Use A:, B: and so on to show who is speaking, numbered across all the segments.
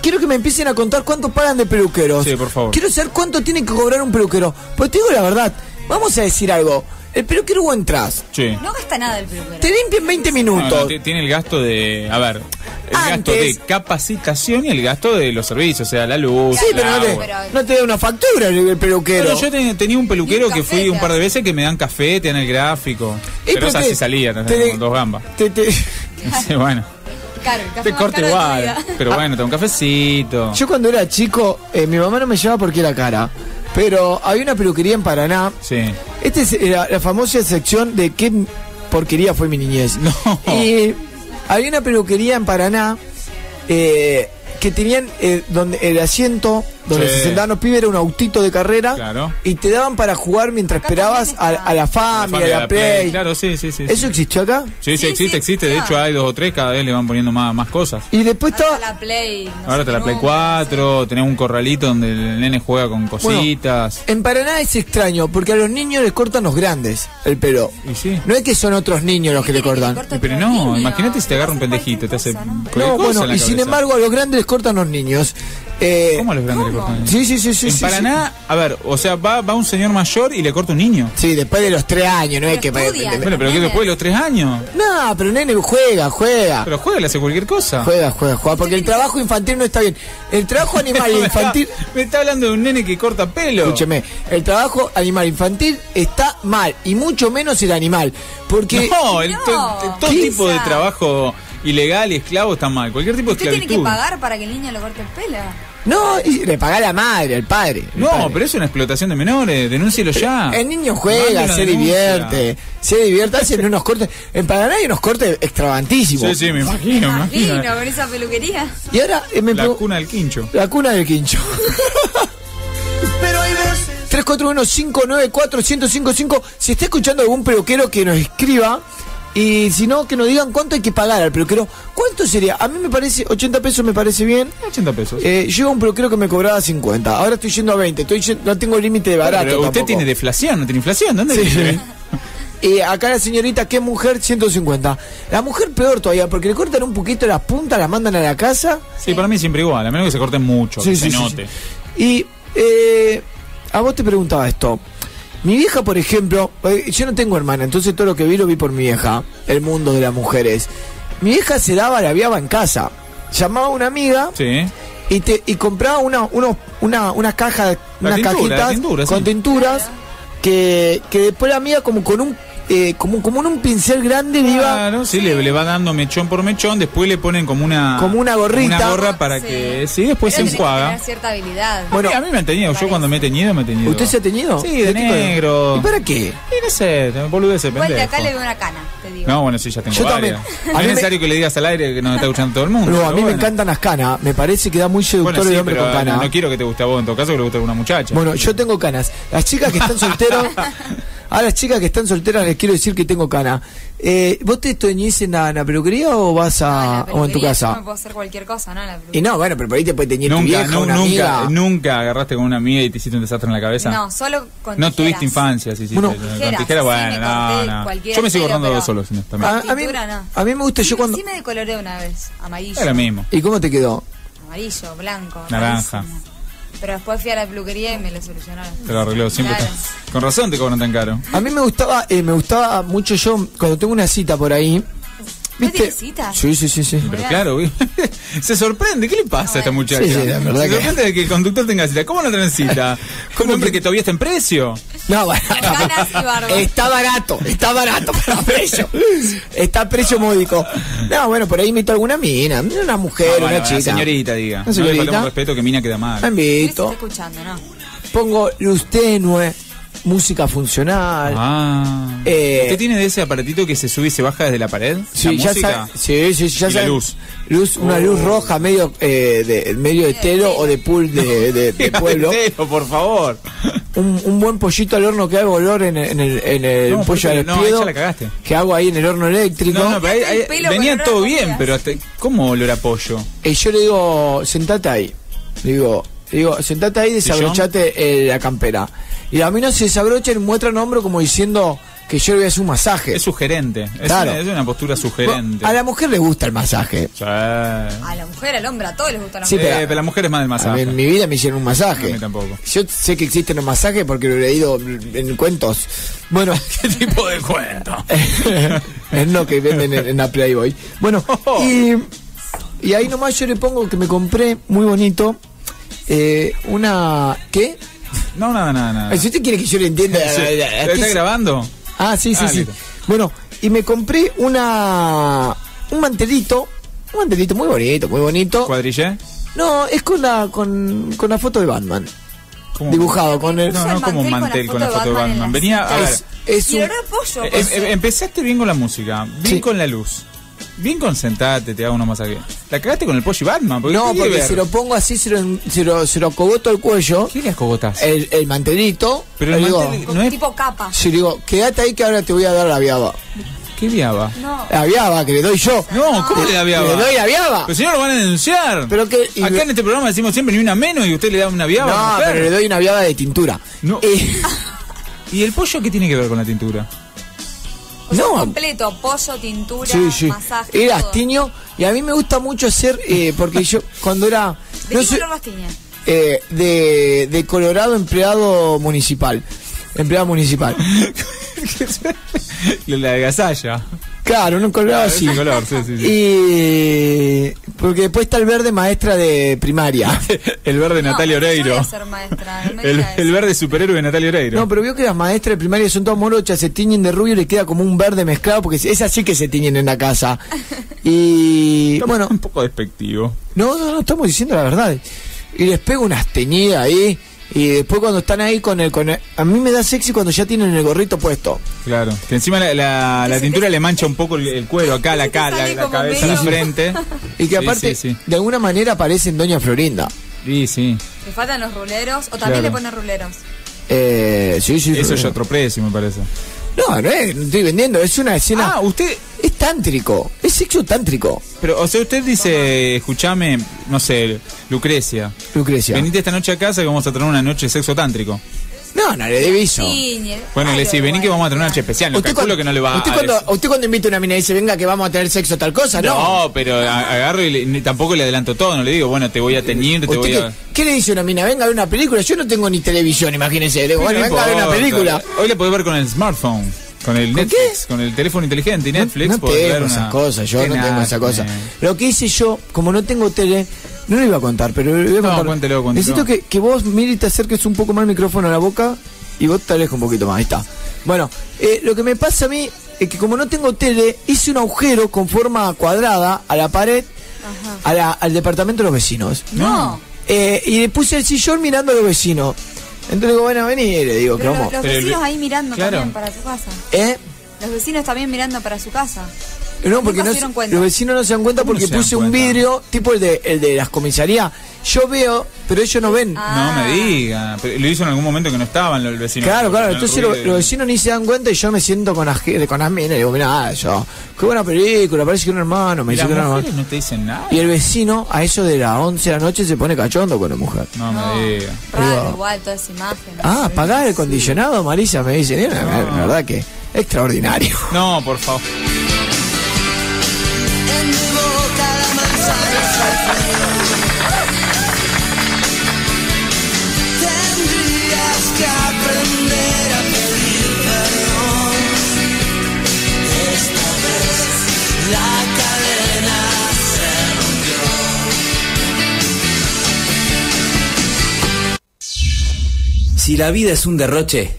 A: quiero que me empiecen a contar cuánto pagan de peluqueros.
B: Sí, por favor.
A: Quiero saber cuánto tiene que cobrar un peluquero. Pues te digo la verdad, vamos a decir algo. El peluquero vos entras,
B: Sí.
C: No gasta nada el peluquero.
A: te limpian 20
B: No, no,
A: minutos.
B: ti- tiene el gasto de. A ver. El gasto de
A: Antes.
B: capacitación y el gasto de los servicios, o sea, la luz.
A: Sí,
B: el
A: pero no te,
B: agua.
A: no te da una factura el, el peluquero.
B: Pero yo te- tenía un peluquero
C: Y un
B: que
C: café
B: fui
C: te
B: un par de
C: hace.
B: veces que me dan café, te dan el gráfico.
A: Eh,
B: pero esa
A: te-
B: sí salía, te
A: te-
B: con dos gambas.
A: te- te-
B: Sí, bueno.
C: Caro, el café
B: Te
C: más
B: corto
C: caro de tu
B: igual.
C: vida.
B: Pero bueno, te da un cafecito.
A: Yo cuando era chico, eh, mi mamá no me llevaba porque era cara. Pero había una peluquería en Paraná.
B: Sí.
A: Esta Este es eh, la, la famosa sección de qué porquería fue mi niñez.
B: No.
A: Y había una peluquería en Paraná eh, que tenían eh, donde el asiento donde
B: Sí.
A: se sentaban los pibes era un autito de carrera
B: Claro.
A: y te daban para jugar mientras
C: Acá
A: esperabas a,
C: también está.
A: a la
B: La
A: fama, a
B: familia
A: la,
B: de la
A: play.
B: Play, Claro, sí, sí, sí. sí.
A: ¿Eso existió acá?
B: Sí, sí,
C: Sí,
B: existe,
C: sí,
B: existe. De
C: claro.
B: hecho, hay dos o tres, cada vez le van poniendo más, más cosas.
A: Y después
C: Ahora
A: estaba...
C: te la Play. no
B: Ahora
C: sé
B: te
C: qué
B: la Play
C: número,
B: 4, tenés un corralito donde el nene juega con cositas.
A: En Paraná es extraño porque a los niños les cortan los grandes el pelo.
B: Y sí.
A: No es que son otros niños los que le cortan.
C: corta
B: Pero
C: otro
B: no,
C: niño.
B: imagínate si te agarra un
C: Hace
B: pendejito, te hace
C: cualquier cosa, ¿no?
B: cualquier
A: No,
B: cosa en
A: bueno,
B: la
A: y sin
B: cabeza.
A: embargo a los grandes les cortan los niños. Eh,
B: ¿Cómo a los grandes le cortan? el-
A: Sí, sí, sí, sí.
B: en
A: sí,
B: Paraná, a ver, o sea, va, va un señor mayor y le corta un niño.
A: Sí. Sí, después de los tres años, no es
C: Pero
A: que...
C: estudian.
B: Bueno, pero que
C: Nene.
B: después de los tres años.
A: No, pero nene, juega, juega.
B: Pero juega, le hace cualquier cosa.
A: Juega, juega, juega. Porque el trabajo infantil no está bien. El trabajo animal
B: Me está-
A: infantil...
B: Me está hablando de un nene que corta pelo.
A: Escúcheme, el trabajo animal infantil está mal, y mucho menos el animal, porque...
B: No, el-
C: No.
B: to- todo
C: ¿Qué?
B: tipo de trabajo ilegal y esclavo está mal. Cualquier tipo de
C: Usted tiene
B: esclavitud.
C: que pagar para que el niño le corte el pelo.
A: No, y le paga la madre, al padre. el
B: No,
A: padre.
B: pero es una explotación de menores. Denúncielo ya.
A: El niño
B: Mande
A: juega,
B: una
A: se
B: denuncia.
A: divierte, se divierte, hacen unos cortes. En Paraná hay unos cortes extravagantísimos.
B: Sí, sí, me imagino. me imagino.
C: Imagino, con esa peluquería.
A: Y ahora eh, me
B: La
A: pregun-
B: cuna del quincho.
A: la cuna del quincho.
D: Pero hay veces
A: 341-594-1055. Si está escuchando algún peluquero que nos escriba. Y si no, que nos digan cuánto hay que pagar al peluquero. ¿Cuánto sería? A mí me parece, 80 pesos me parece bien.
B: 80 pesos.
A: Eh, yo iba a un peluquero que me cobraba 50. Ahora estoy yendo a 20. Estoy yen- no tengo límite de barato.
B: Pero usted
A: tampoco.
B: tiene deflación, no tiene inflación. ¿Dónde
A: Sí.
B: vive?
A: Eh, acá la señorita, que es mujer, 150. La mujer peor todavía, porque le cortan un poquito las puntas, la mandan a la casa.
B: Sí, para mí siempre igual, a menos que se corten mucho, que se note.
A: Y eh, a vos te preguntaba esto. Mi vieja, por ejemplo, eh, yo no tengo hermana, entonces todo lo que vi lo vi por mi vieja, el mundo de las mujeres. Mi vieja se daba, la viaba en casa. Llamaba a una amiga
B: Sí.
A: y te y compraba una, unos- una, unas cajas, unas
B: La tintura, la
A: cajitas
B: tintura,
A: con
B: sí.
A: tinturas que, que después la amiga como con un eh, como, como en un pincel grande le iba
B: Claro, sí, Le, le va dando mechón por mechón, después le ponen como una...
A: Como una gorrita.
B: una gorra para que... Sí, después
C: Pero
B: se
C: tenés que
B: enjuaga.
C: tener cierta habilidad.
A: Bueno,
B: a mí me han tenido, yo
C: parece.
B: cuando me he teñido, me he teñido.
A: ¿Usted se ha teñido?
B: Sí,
A: ¿Qué
B: de
A: tipo
B: negro.
A: ¿Y para qué?
B: Y no sé, te- boludez, de
C: Igual de
B: pendejo.
C: acá le veo una cana, te digo.
B: No, bueno, sí, ya tengo
A: Yo
B: varias.
A: también. A mí
B: No es
A: me-
B: necesario que le digas al aire que no está escuchando todo el mundo.
A: No, a
B: pero
A: mí me
B: bueno.
A: encantan las canas, me parece que da muy seductor
B: Bueno, sí,
A: el hombre
B: pero
A: con canas.
B: no, no quiero que te guste a vos, en todo caso que le guste a una muchacha.
A: Bueno, yo tengo canas. Las chicas que están solteras, a las chicas que están solteras les quiero decir que tengo cana. Eh, ¿Vos te teñís en la, en la peluquería o vas a
C: la
A: ah, o en tu
C: peluquería yo
A: casa?
C: me puedo hacer cualquier cosa, ¿no? La
A: Y no, bueno, pero por ahí te puede teñir tu
B: nunca,
A: vieja,
B: nu-
A: una
B: nunca,
A: amiga.
B: nunca agarraste con una amiga y te hiciste un desastre en la cabeza.
C: No, solo con
B: No
C: tijeras.
B: tuviste infancia, sí, sí.
A: Bueno,
B: sí, con
C: tijeras,
B: tijera,
C: sí,
B: bueno,
C: me corté
B: no, no.
C: cualquier
B: Yo me sigo
C: pelo,
B: cortando
C: pero-
B: solo, sí, no, también.
A: Ah, a, a mí,
C: Pintura, no.
A: a mí me gusta yo
C: Sí,
A: cuando...
C: sí me decoloré una vez, amarillo.
B: Es lo mismo.
A: ¿Y cómo te quedó?
C: Amarillo, blanco.
B: Naranja.
C: rarísimo. Pero después fui a la peluquería y me lo solucionaron.
B: Te lo arregló, siempre
C: Claro.
B: está- Con razón te cobran tan caro.
A: A mí me gustaba, eh, me gustaba mucho yo cuando tengo una cita por ahí.
C: ¿No
A: ¿Viste?
C: tiene citas?
A: Sí, sí, sí, sí.
B: Pero claro, güey, se sorprende. ¿Qué le pasa a esta muchacha?
A: Sí, sí, la verdad
B: se
A: que-
B: sorprende de que el conductor tenga cita. ¿Cómo no tenés cita? Con un hombre que todavía está en precio.
A: No, barato.
C: Canas y barba.
A: Está barato, está barato para precio. Está precio módico. No, bueno, por ahí invito a alguna mina, una mujer,
B: Ah, bueno,
A: una chica.
B: señorita,
A: Una
B: diga. No le
A: señorita.
B: faltamos respeto que mina queda
A: La
B: mal.
C: No se está
A: invito.
C: escuchando, ¿no?
A: Pongo luz tenue, música funcional.
B: Ah.
A: Eh,
B: ¿Usted tiene de ese aparatito que se sube y se baja desde la pared?
A: Sí,
B: ¿La
A: ya
B: música?
A: sabe- sí, sí, sí, ya
B: Y la
A: sabe-
B: luz. Oh.
A: Luz, una luz roja medio eh, de medio hetero o de pool de, de- de
B: Diga
A: pueblo.
B: entero, por favor.
A: Un, un buen pollito al horno que hago olor en el, en el, en el
B: No,
A: pollo al
B: no, ahí
A: espiedo,
B: ya la cagaste.
A: que hago ahí en el horno eléctrico.
B: No, no, pero ahí- ahí-
C: El pelo
B: venía
C: colorado
B: todo
C: con
B: bien,
C: tiras.
B: pero hasta, ¿cómo olor a pollo?
A: Y Eh, yo le digo, sentate ahí. Le digo, le digo sentate ahí y
B: ¿Sillón?
A: desabrochate eh, la campera. Y la mina se desabrocha y muestra el hombro como diciendo, que yo le voy a hacer un masaje.
B: Es sugerente. Es,
A: Claro.
B: una, es una postura sugerente.
A: A la mujer le gusta el masaje.
B: Sí.
C: A la mujer, al hombre, a todos les gusta la
A: Sí,
B: Eh,
C: mujer.
A: pero-
B: pero la mujer es más del
A: A mí
B: masaje.
A: en mi vida me hicieron un masaje.
B: A mí tampoco.
A: Yo sé que existen los masajes porque lo he leído en cuentos. Bueno,
B: ¿Qué Este tipo de cuento?
A: es lo que venden en, en la Playboy. Bueno,
B: Oh.
A: y, y ahí nomás yo le pongo que me compré muy bonito eh, una. ¿Qué?
B: No, nada, nada, nada.
A: Ay, Ah, Si usted quiere que yo le entienda.
B: Sí.
A: eh, eh,
B: ¿Lo
A: aquí
B: ¿Estás
A: se-
B: grabando?
A: Ah, sí, sí,
B: Ah,
A: sí.
B: listo.
A: Bueno, y me compré una. Un mantelito. Un mantelito muy bonito, muy bonito.
B: ¿Cuadrillé?
A: No, es con la, con, con la foto de Batman.
B: ¿Cómo?
A: Dibujado con el.
B: No, no como un mantel con la foto de Batman.
C: en la
B: Venía
C: cinta.
B: a ver.
A: Es- es
C: Y
A: un-
C: el olor a pollo.
B: Eh,
C: pues.
B: eh, empezaste bien con la música, bien
A: Sí.
B: con la luz. Bien concentrate, te hago unos masajes. La cagaste con el pollo y Batman. Porque
A: No,
B: ¿qué
A: porque
B: quiere
A: se lo
B: ver?
A: pongo así, se lo, se lo, se lo acogoto al cuello,
B: ¿Qué le escogotas?
A: el, el mantelito.
B: Pero
A: le
B: el
A: digo,
B: mantel-
C: Con
B: no es-
C: tipo capa.
A: Sí, le digo, quédate ahí que ahora te voy a dar la viaba.
B: ¿Qué viaba?
C: No.
A: La viaba, que le doy yo.
B: No, ¿cómo le da viaba?
A: Le doy la viaba.
B: Pero si no lo van a denunciar.
A: Pero que- y
B: Acá
A: me-
B: en este programa decimos siempre ni una menos y usted le da una viaba.
A: No,
B: a una mujer.
A: pero le doy una viaba de tintura.
B: No.
A: Eh,
C: Ah,
B: ¿Y el pollo qué tiene que ver con la tintura?
C: O sea,
A: no.
C: Completo, pollo, tintura,
A: sí, sí.
C: masaje.
A: Era
C: todo.
A: astiño y a mí me gusta mucho hacer, eh, porque yo cuando era...
C: ¿De
A: No
C: qué
A: sé-
C: color bastiña?
A: eh, de, de Colorado empleado municipal. Empleado municipal.
B: la de gasalla.
A: Claro, no en Colorado Ah, sí.
B: Ese color, sí, sí, sí.
A: Y porque después está el verde maestra de primaria.
B: El verde de
C: No,
B: Natalia
C: Yo
B: Oreiro.
C: voy a ser maestra. no me
B: El,
C: diga eso.
B: el verde superhéroe de Natalia Oreiro.
A: No, pero vio que las maestras de primaria son todas morochas, se tiñen de rubio y le queda como un verde mezclado, porque es así que se tiñen en la casa. Y
B: Está
A: bueno,
B: un poco despectivo.
A: no, no, no, estamos diciendo la verdad. Y les pego unas teñidas ahí. Y después cuando están ahí con el, con el- A mí me da sexy cuando ya tienen el gorrito puesto.
B: Claro. Que encima la, la- la
C: se te-
B: tintura le mancha un poco el, el cuero acá, la,
C: se te
B: cara, la,
C: sale
B: la
C: como
B: cabeza, la
C: medio-
B: frente.
A: Y que
B: Sí,
A: aparte,
B: Sí,
A: de alguna manera parecen Doña Florinda.
B: sí. Sí, sí.
C: Le faltan los ruleros. O
B: Claro.
C: también le ponen ruleros.
A: Eh, sí, sí,
B: Eso
A: sí.
B: es otro precio, me parece.
A: No, no, es, no estoy vendiendo, es una escena.
B: Ah, usted.
A: Es tántrico, es sexo tántrico,
B: Pero, o sea, usted dice, escúchame, no sé, Lucrecia.
A: Lucrecia.
B: Venite esta noche a casa que vamos a tener una noche de sexo tántrico.
A: No, no le debiso.
C: Tiñe.
B: Bueno, le decís, vení que vamos a tener una noche especial. Lo calculo que no le va
A: usted,
B: a
A: cuando,
B: decir.
A: usted cuando invita a una mina y dice, venga que vamos a tener sexo tal cosa, no.
B: No, pero a- agarro y le- ni- tampoco le adelanto todo, no le digo, bueno, te voy a teñir, te
A: ¿Usted
B: voy
A: qué,
B: a...
A: qué le dice a una mina? Venga a ver una película. Yo no tengo ni televisión, imagínese. Le digo, bueno,
B: No
A: venga a ver una
B: importa.
A: película.
B: Hoy le podés ver con el smartphone, con el Netflix, con el teléfono inteligente y Netflix.
A: no
B: podés ver
A: tengo esas
B: una-
A: cosas, yo
B: Qué
A: no tengo
B: nada,
A: esas cosas.
B: eh.
A: Lo que hice yo, como no tengo tele, no lo iba a contar, pero lo voy a
B: No,
A: contar.
B: cuéntelo, cuéntelo.
A: Necesito que, que vos, Miri, te acerques un poco más el micrófono a la boca y vos te alejes un poquito más, ahí está. Bueno, eh, lo que me pasa a mí es que como no tengo tele, hice un agujero con forma cuadrada a la pared, a la- al departamento de los vecinos.
C: No.
A: Eh, y le puse el sillón mirando a los vecinos. Entonces digo, bueno, vení, le digo, que
C: Pero
A: vamos.
C: los, los
B: Pero el-
C: vecinos ahí mirando
B: Claro.
C: también para su casa.
A: ¿Eh?
C: Los vecinos también mirando para su casa.
A: No, porque no,
C: Nunca se
A: se-
C: dieron cuenta.
A: los vecinos no se dan cuenta
B: ¿Cómo no
A: porque
B: se dan
A: puse un
B: cuenta?
A: vidrio tipo el de, el de las comisarías. Yo veo, pero ellos no ven.
C: Ah.
B: No me diga, pero lo hizo en algún momento que no estaban los vecinos.
A: claro, claro.
B: Con el
A: Entonces
B: ruido
A: lo-
B: y-
A: los vecinos ni se dan cuenta y yo me siento con las, je- con las minas y digo, mirá, yo, qué buena película, parece que un hermano, me
B: ¿Y
A: dice
B: las
A: que un hermano.
B: mujeres no te dicen nada?
A: Y el vecino a eso de las 11 de la noche se pone cachondo con la mujer.
B: No,
C: No.
B: me diga.
A: Digo-
C: Raro, igual, toda esa imagen.
A: Ah, pagar el acondicionado, Marisa, me dice. Mira, la-
B: No.
A: la verdad que extraordinario.
B: No, por favor.
D: En mi boca la manzana Tendrías que aprender a pedir perdón Esta vez la cadena se
E: Si la vida es un derroche,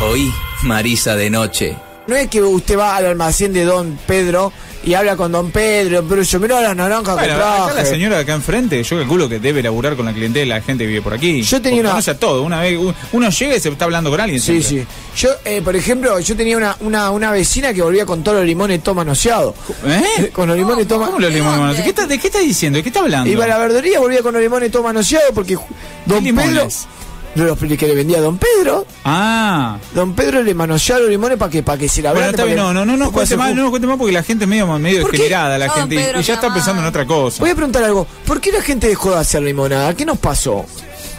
E: oí Marisa de noche.
A: No es que usted va al almacén de Don Pedro y habla con Don Pedro, pero yo miro las naranjas que
B: Bueno, acá la
A: traje.
B: señora de acá enfrente, yo calculo que debe laburar con la clientela, la gente que vive por aquí.
A: Yo tenía
B: Porque
A: una-
B: Conoce a todo. Una vez u- uno llega y se está hablando con alguien.
A: Sí,
B: siempre.
A: sí. Yo, eh, por ejemplo, yo tenía una, una, una vecina que volvía con todos los limones todo manoseado.
B: ¿Eh?
A: Con los limones todo manoseado.
B: ¿Cómo lo
C: ¿De
B: leemos, hermano?
C: dónde?
B: ¿Qué está- ¿De qué está diciendo? ¿De qué está hablando?
A: Iba a la verduría, volvía con los limones todo manoseado porque ju- Don Pedro...
B: limones?
A: No, Los que le vendía a Don Pedro,
B: Ah.
A: Don Pedro le manoseaba los limones para que, para que se la
B: Bueno, está bien, no, no, no, no cuente más, no nos cuente más porque la gente es medio, medio
A: ¿Por qué?
B: degenerada, la
C: No,
B: gente, y-
C: Pedro,
B: y ya
C: mi
B: está
C: amor.
B: pensando en otra cosa.
A: Voy a preguntar algo. ¿Por qué la gente dejó de hacer limonada? ¿Qué nos pasó?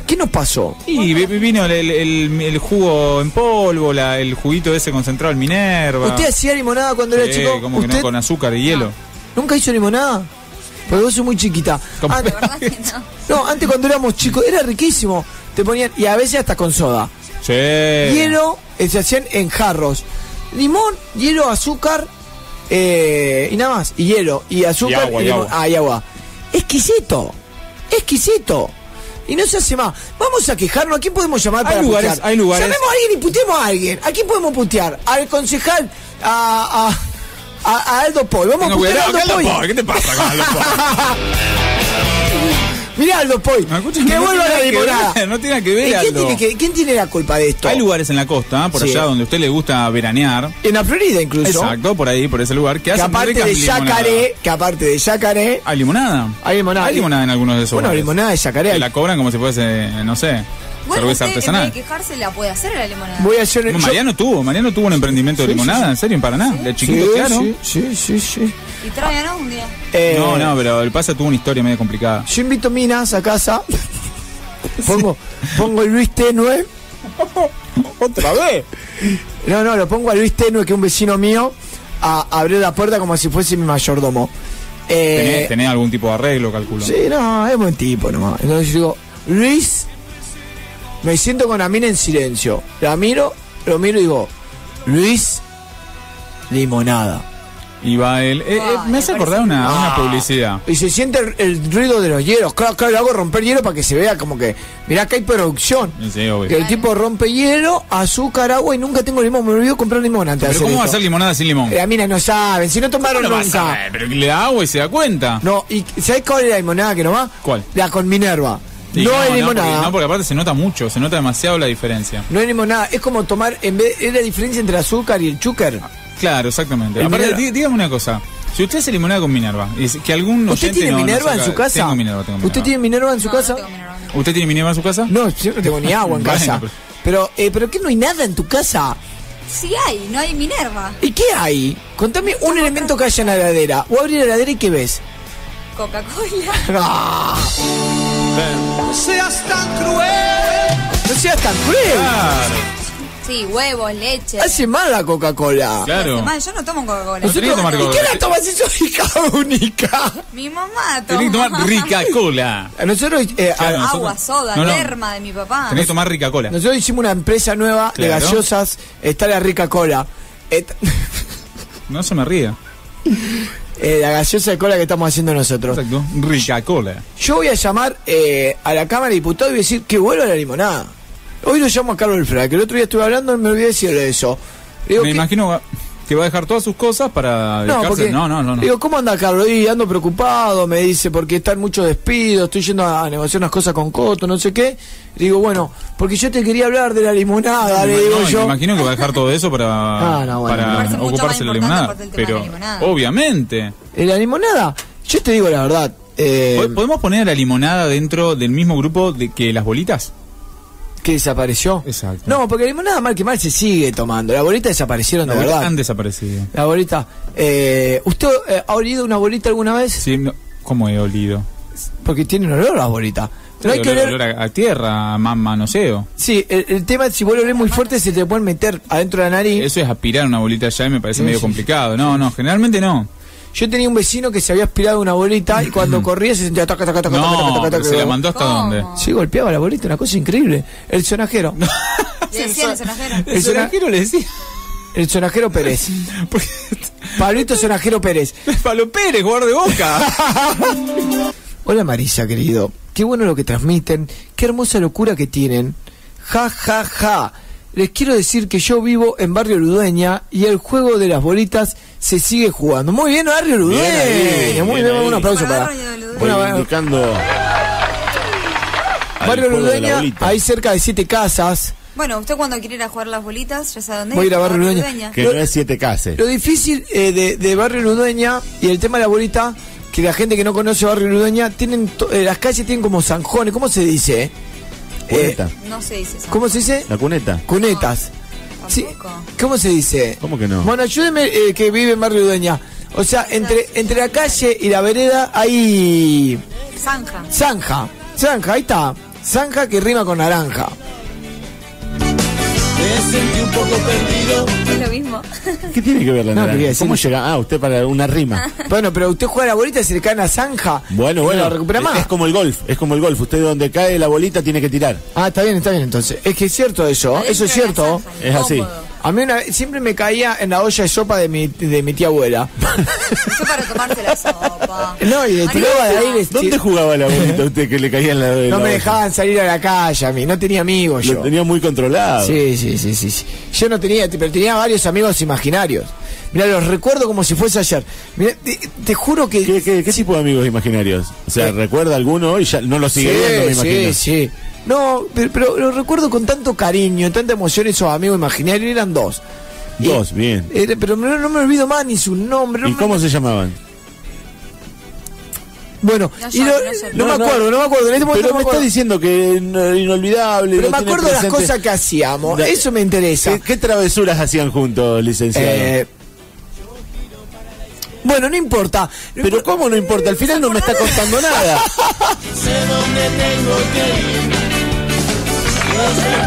A: ¿Qué nos pasó?
B: Y vi- vi- vino el, el- el- el jugo en polvo, la- el juguito ese concentrado, el Minerva.
A: ¿Usted hacía limonada cuando
B: Sí,
A: era chico?
B: como que no,
A: ¿Usted
B: con azúcar y hielo.
A: nunca hizo limonada? Porque vos sos muy chiquita.
B: Como-
A: Antes-
C: La verdad que no.
A: no, antes cuando éramos chicos era riquísimo. Te ponían, y a veces hasta con soda.
B: Sí.
A: Hielo eh, se hacían en jarros. Limón, hielo, azúcar eh, y nada más. Y hielo, y azúcar
B: Y agua, y
A: limón.
B: agua.
A: Ah, y agua. Exquisito. Exquisito. Y no se hace más. Vamos a quejarnos. ¿A quién podemos llamar
B: Hay
A: para
B: lugares-
A: putear?
B: hay lugares-
A: Llamemos a alguien y puteemos a alguien. ¿A quién podemos putear? Al concejal, a, a, a- a Aldo Poi. Vamos
B: Tenga
A: a putear
B: cuidado,
A: a
B: ¿qué
A: Aldo Poi.
B: Aldo Poi? ¿Qué te pasa con Aldo Poi?
A: Mirá Aldo Poi.
B: No,
A: Que
B: escúchame, no
A: vuelva la
B: tiene nada que
A: limonada.
B: ver, no tiene nada que ver,
A: Eh, ¿Quién,
B: Aldo.
A: tiene que- quién tiene la culpa de esto?
B: Hay lugares en la costa, por
A: Sí.
B: allá donde a usted le gusta veranear.
A: En la Florida incluso.
B: Exacto, por ahí, por ese lugar. Que,
A: que
B: hacen
A: aparte
B: ricas
A: de
B: limonadas. Ah,
A: yacaré, que aparte de yacaré,
B: ¿Hay limonada?
A: Hay limonada.
B: Hay limonada en algunos de esos
A: bueno,
B: bares.
A: limonada de yacaré.
B: Que la cobran como si fuese, no sé,
C: Bueno,
B: cerveza
C: usted en
B: artesanal.
C: vez de quejarse la puede hacer a la limonada.
A: Voy a hacer
B: No,
A: yo-
B: Mariano tuvo, Mariano tuvo un emprendimiento
A: Sí,
B: de
A: sí,
B: limonada,
A: sí.
B: en serio, en Paraná. De chiquito,
A: sí,
B: claro.
A: sí, sí, sí, sí.
C: Y tráiganos un día.
A: Eh,
B: No, no, pero el pasa tuvo una historia medio complicada.
A: Yo invito minas a casa. Pongo, pongo el Luis Tenue.
B: ¿Otra vez?
A: No, no, lo pongo a Luis Tenue, que es un vecino mío, a abrir la puerta como si fuese mi mayordomo. Eh,
B: ¿Tenés, tenés algún tipo de arreglo, calculo?
A: Sí, no, es buen tipo nomás. Entonces yo digo, Luis, me siento con la mina en silencio. La miro, lo miro y digo, Luis, limonada.
B: Y va él. eh, eh,
C: Ay,
B: me hace
C: me
B: acordar
C: parece-
B: una,
A: Ah.
B: una publicidad.
A: Y se siente el, el ruido de los hielos. Claro, claro, le hago romper hielo para que se vea como que, mirá que hay producción.
B: Sí, obvio.
A: Que el tipo rompe hielo, azúcar, agua y nunca tengo limón. Me olvidé comprar limón antes de
B: Pero
A: hacer
B: ¿cómo va a
A: esto.
B: ser limonada sin limón?
A: La mina no saben, si no tomaron
B: ¿Cómo no va a
A: nunca.
B: saber? Pero que le da agua y se da cuenta.
A: No, y ¿sabés cuál es la limonada que no va?
B: ¿Cuál?
A: La con Minerva.
B: Y
A: no, es
B: porque-
A: limonada.
B: no, porque aparte se nota mucho, se nota demasiado la diferencia.
A: No tenemos nada, es como tomar, en vez, es la diferencia entre el azúcar y el chúcar.
B: Ah, Claro, exactamente.
A: El
B: Aparte,
A: Minerva.
B: dí- dígame una cosa. Si usted hace limonada con Minerva, y si- que algún
A: ¿Usted
B: oyente
A: tiene
B: no- no
A: Minerva en
B: saca-
A: su casa?
B: Tengo Minerva, tengo
A: ¿Usted
B: Minerva.
A: tiene Minerva en su
C: No,
A: casa?
C: No, tengo mineral, no.
B: ¿Usted tiene Minerva en su casa?
A: No, yo no tengo ni agua en
B: Bueno,
A: casa.
B: pero-
A: Pero, eh, pero ¿qué no hay nada en tu casa?
C: Sí hay, no hay Minerva.
A: ¿Y qué hay? Contame un elemento que haya en la heladera. O abrir la heladera y ¿qué ves?
C: Coca-Cola.
A: ¡Ah!
B: Claro.
D: No seas tan cruel.
A: No seas tan cruel.
C: Sí, huevos, leche.
A: Hace mal la Coca-Cola.
B: Claro.
C: Hace mal, yo no tomo Coca-Cola.
B: No tenía que tomar
A: ¿Y
B: Coca-Cola.
A: qué la tomas si sos hija única?
C: Mi mamá toma.
B: Tenés que tomar rica cola.
A: A Nosotros, eh, a-
B: Claro.
C: Agua,
B: Nosotros-
C: soda,
B: No, no.
C: terma de mi papá.
B: Tenés que tomar rica cola.
A: nosotros hicimos una empresa nueva de
B: Claro.
A: gaseosas. Está la rica cola. Et-
B: No se me ría.
A: eh, la gaseosa de cola que estamos haciendo nosotros.
B: Exacto. Rica cola.
A: Yo voy a llamar eh, a la Cámara de Diputados y voy a decir que vuelva la limonada. Hoy lo llamo a Carlos Elfra, que el otro día estuve hablando y me olvidé decirle eso. Le digo,
B: me
A: ¿qué-
B: imagino que va a dejar todas sus cosas para
A: no,
B: dedicarse.
A: porque-
B: no, no, no. no.
A: Digo, ¿cómo anda Carlos? Y ando preocupado, me dice, porque están muchos despidos, estoy yendo a, a negociar unas cosas con Coto, no sé qué. Le digo, bueno, porque yo te quería hablar de la limonada, le
B: Me
A: Ah, digo
B: imagino-
A: yo.
B: Me imagino que va a dejar todo eso para,
A: Ah, no, bueno. Me
B: para
C: parece mucho
B: ocuparse de la
C: más importante
B: limonada.
C: aparte el tema de
B: Pero,
C: la limonada.
B: obviamente.
A: ¿Eh, ¿La limonada? Yo te digo la verdad. eh,
B: ¿Po- ¿Podemos poner a la limonada dentro del mismo grupo de que las bolitas?
A: que desapareció.
B: Exacto.
A: No, porque la limonada mal que mal se sigue tomando. Las bolitas desaparecieron
B: Las
A: de
B: bolitas
A: verdad.
B: han desaparecido.
A: La bolita. Eh, ¿Usted eh, ha olido una bolita alguna vez?
B: Sí, no- ¿Cómo he olido?
A: Porque tienen olor las bolitas. No hay que
B: Olor-
A: oler.
B: olor a, a tierra, a ma- manoseo.
A: Sí, el, el tema es si vos lo olés muy fuerte se te pueden meter adentro de la nariz.
B: Eso es aspirar una bolita allá y me parece
A: Sí,
B: medio
A: sí,
B: complicado. No, no, generalmente no.
A: Yo tenía un vecino que se había aspirado una bolita y cuando corría se sentía taca, taca, taca, taca, taca,
B: No,
A: taca,
B: pero
A: taca.
B: se la mandó hasta
C: ¿Cómo?
B: dónde.
A: Sí, golpeaba la bolita, una cosa increíble. El sonajero.
C: Le decían eso, ¿no?
B: El
A: Eso era-
B: sonajero le decía.
A: El sonajero Pérez.
B: Porque
A: Pablito Sonajero Pérez.
B: Pablo Pérez, jugador de boca.
A: Hola Marisa, querido. Qué bueno lo que transmiten, qué hermosa locura que tienen. Ja, ja, ja. Les quiero decir que yo vivo en Barrio Ludueña y el juego de las bolitas se sigue jugando. Muy bien, Barrio Ludueña.
F: ahí,
A: Muy
F: bien
A: bien,
F: ahí.
A: un aplauso
C: Para
A: para.
C: Barrio Ludueña.
A: Una-
F: Voy indicando. al
A: Barrio
F: pueblo de la
A: Ludueña,
F: bolita.
A: hay cerca de siete casas.
C: Bueno, usted cuando quiere ir a jugar las bolitas, ya sabe dónde
A: Voy a
C: ir,
A: ir a Barrio Ludueña.
F: Que no es siete cases.
A: Lo difícil eh, de, de Barrio Ludueña y el tema de la bolita, que la gente que no conoce Barrio Ludueña, tienen to- eh, las calles tienen como zanjones, ¿cómo se dice? Eh,
F: Cuneta.
C: No se dice eso.
A: ¿Cómo se dice?
F: La cuneta.
A: Cunetas. Sí.
C: Tampoco.
A: ¿Cómo se dice?
F: ¿Cómo que no?
A: Bueno, ayúdeme eh, que vive en Barrio Dueña. O sea, entre, entre la calle y la vereda hay
C: Zanja.
A: zanja. Zanja, ahí está. Zanja que rima con naranja.
D: Me sentí un poco perdido.
C: Es lo mismo.
F: ¿Qué tiene que ver la
A: No,
F: naranja?
A: quería decir-
F: ¿Cómo llega? Ah, usted para una rima.
A: Bueno, pero usted juega a la bolita y se le cae una zanja.
F: Bueno,
A: y
F: bueno.
A: No la recupera más.
F: Es como el golf, es como el golf. Usted donde cae la bolita tiene que tirar.
A: Ah, está bien, está bien entonces. Es que es cierto eso, ¿eh?
C: Adentro
A: eso es
C: de la
A: cierto.
C: zanja,
F: Es así.
C: incómodo.
A: A mí una vez- siempre me caía en la olla de sopa de mi, de mi tía abuela.
C: Yo para tomarse la sopa.
A: No, y le
C: Marica.
A: tiraba de ahí. le-
F: ¿Dónde jugaba la bolita usted que le caía en la en la
A: No me
F: bolsa?
A: dejaban salir a la calle a mí, no tenía amigos
F: Lo
A: yo.
F: tenía muy controlado.
A: Sí, sí, sí, sí, sí. Yo no tenía, pero tenía varios amigos imaginarios. Mira, los recuerdo como si fuese ayer. Mirá, te, te juro que...
F: ¿Qué, qué, qué tipo de amigos imaginarios? O sea,
A: Eh.
F: ¿recuerda alguno y ya no lo sigue viendo, me
A: sí,
F: imagino?
A: sí. No, pero, pero lo recuerdo con tanto cariño, tanta emoción esos amigos imaginarios, eran dos.
F: Dos,
A: Y-
F: bien.
A: era- pero no, no me olvido más ni su nombre. no
F: ¿Y
A: me-
F: cómo se llamaban?
A: Bueno,
C: No
A: y no,
C: llores, no llores.
A: no me acuerdo, no me acuerdo. En este momento no
F: Pero me
A: me
F: está
A: acuerdo.
F: diciendo que es ino- inolvidable.
A: Pero
F: lo
A: me
F: tiene
A: acuerdo de las
F: presente.
A: cosas que hacíamos.
F: Da-
A: Eso me interesa.
F: ¿Qué, qué travesuras hacían juntos, licenciado?
A: Eh, bueno, no importa. No
F: Pero
A: importa.
F: cómo no importa, al final no me está contando nada.
D: Sé dónde tengo que ir.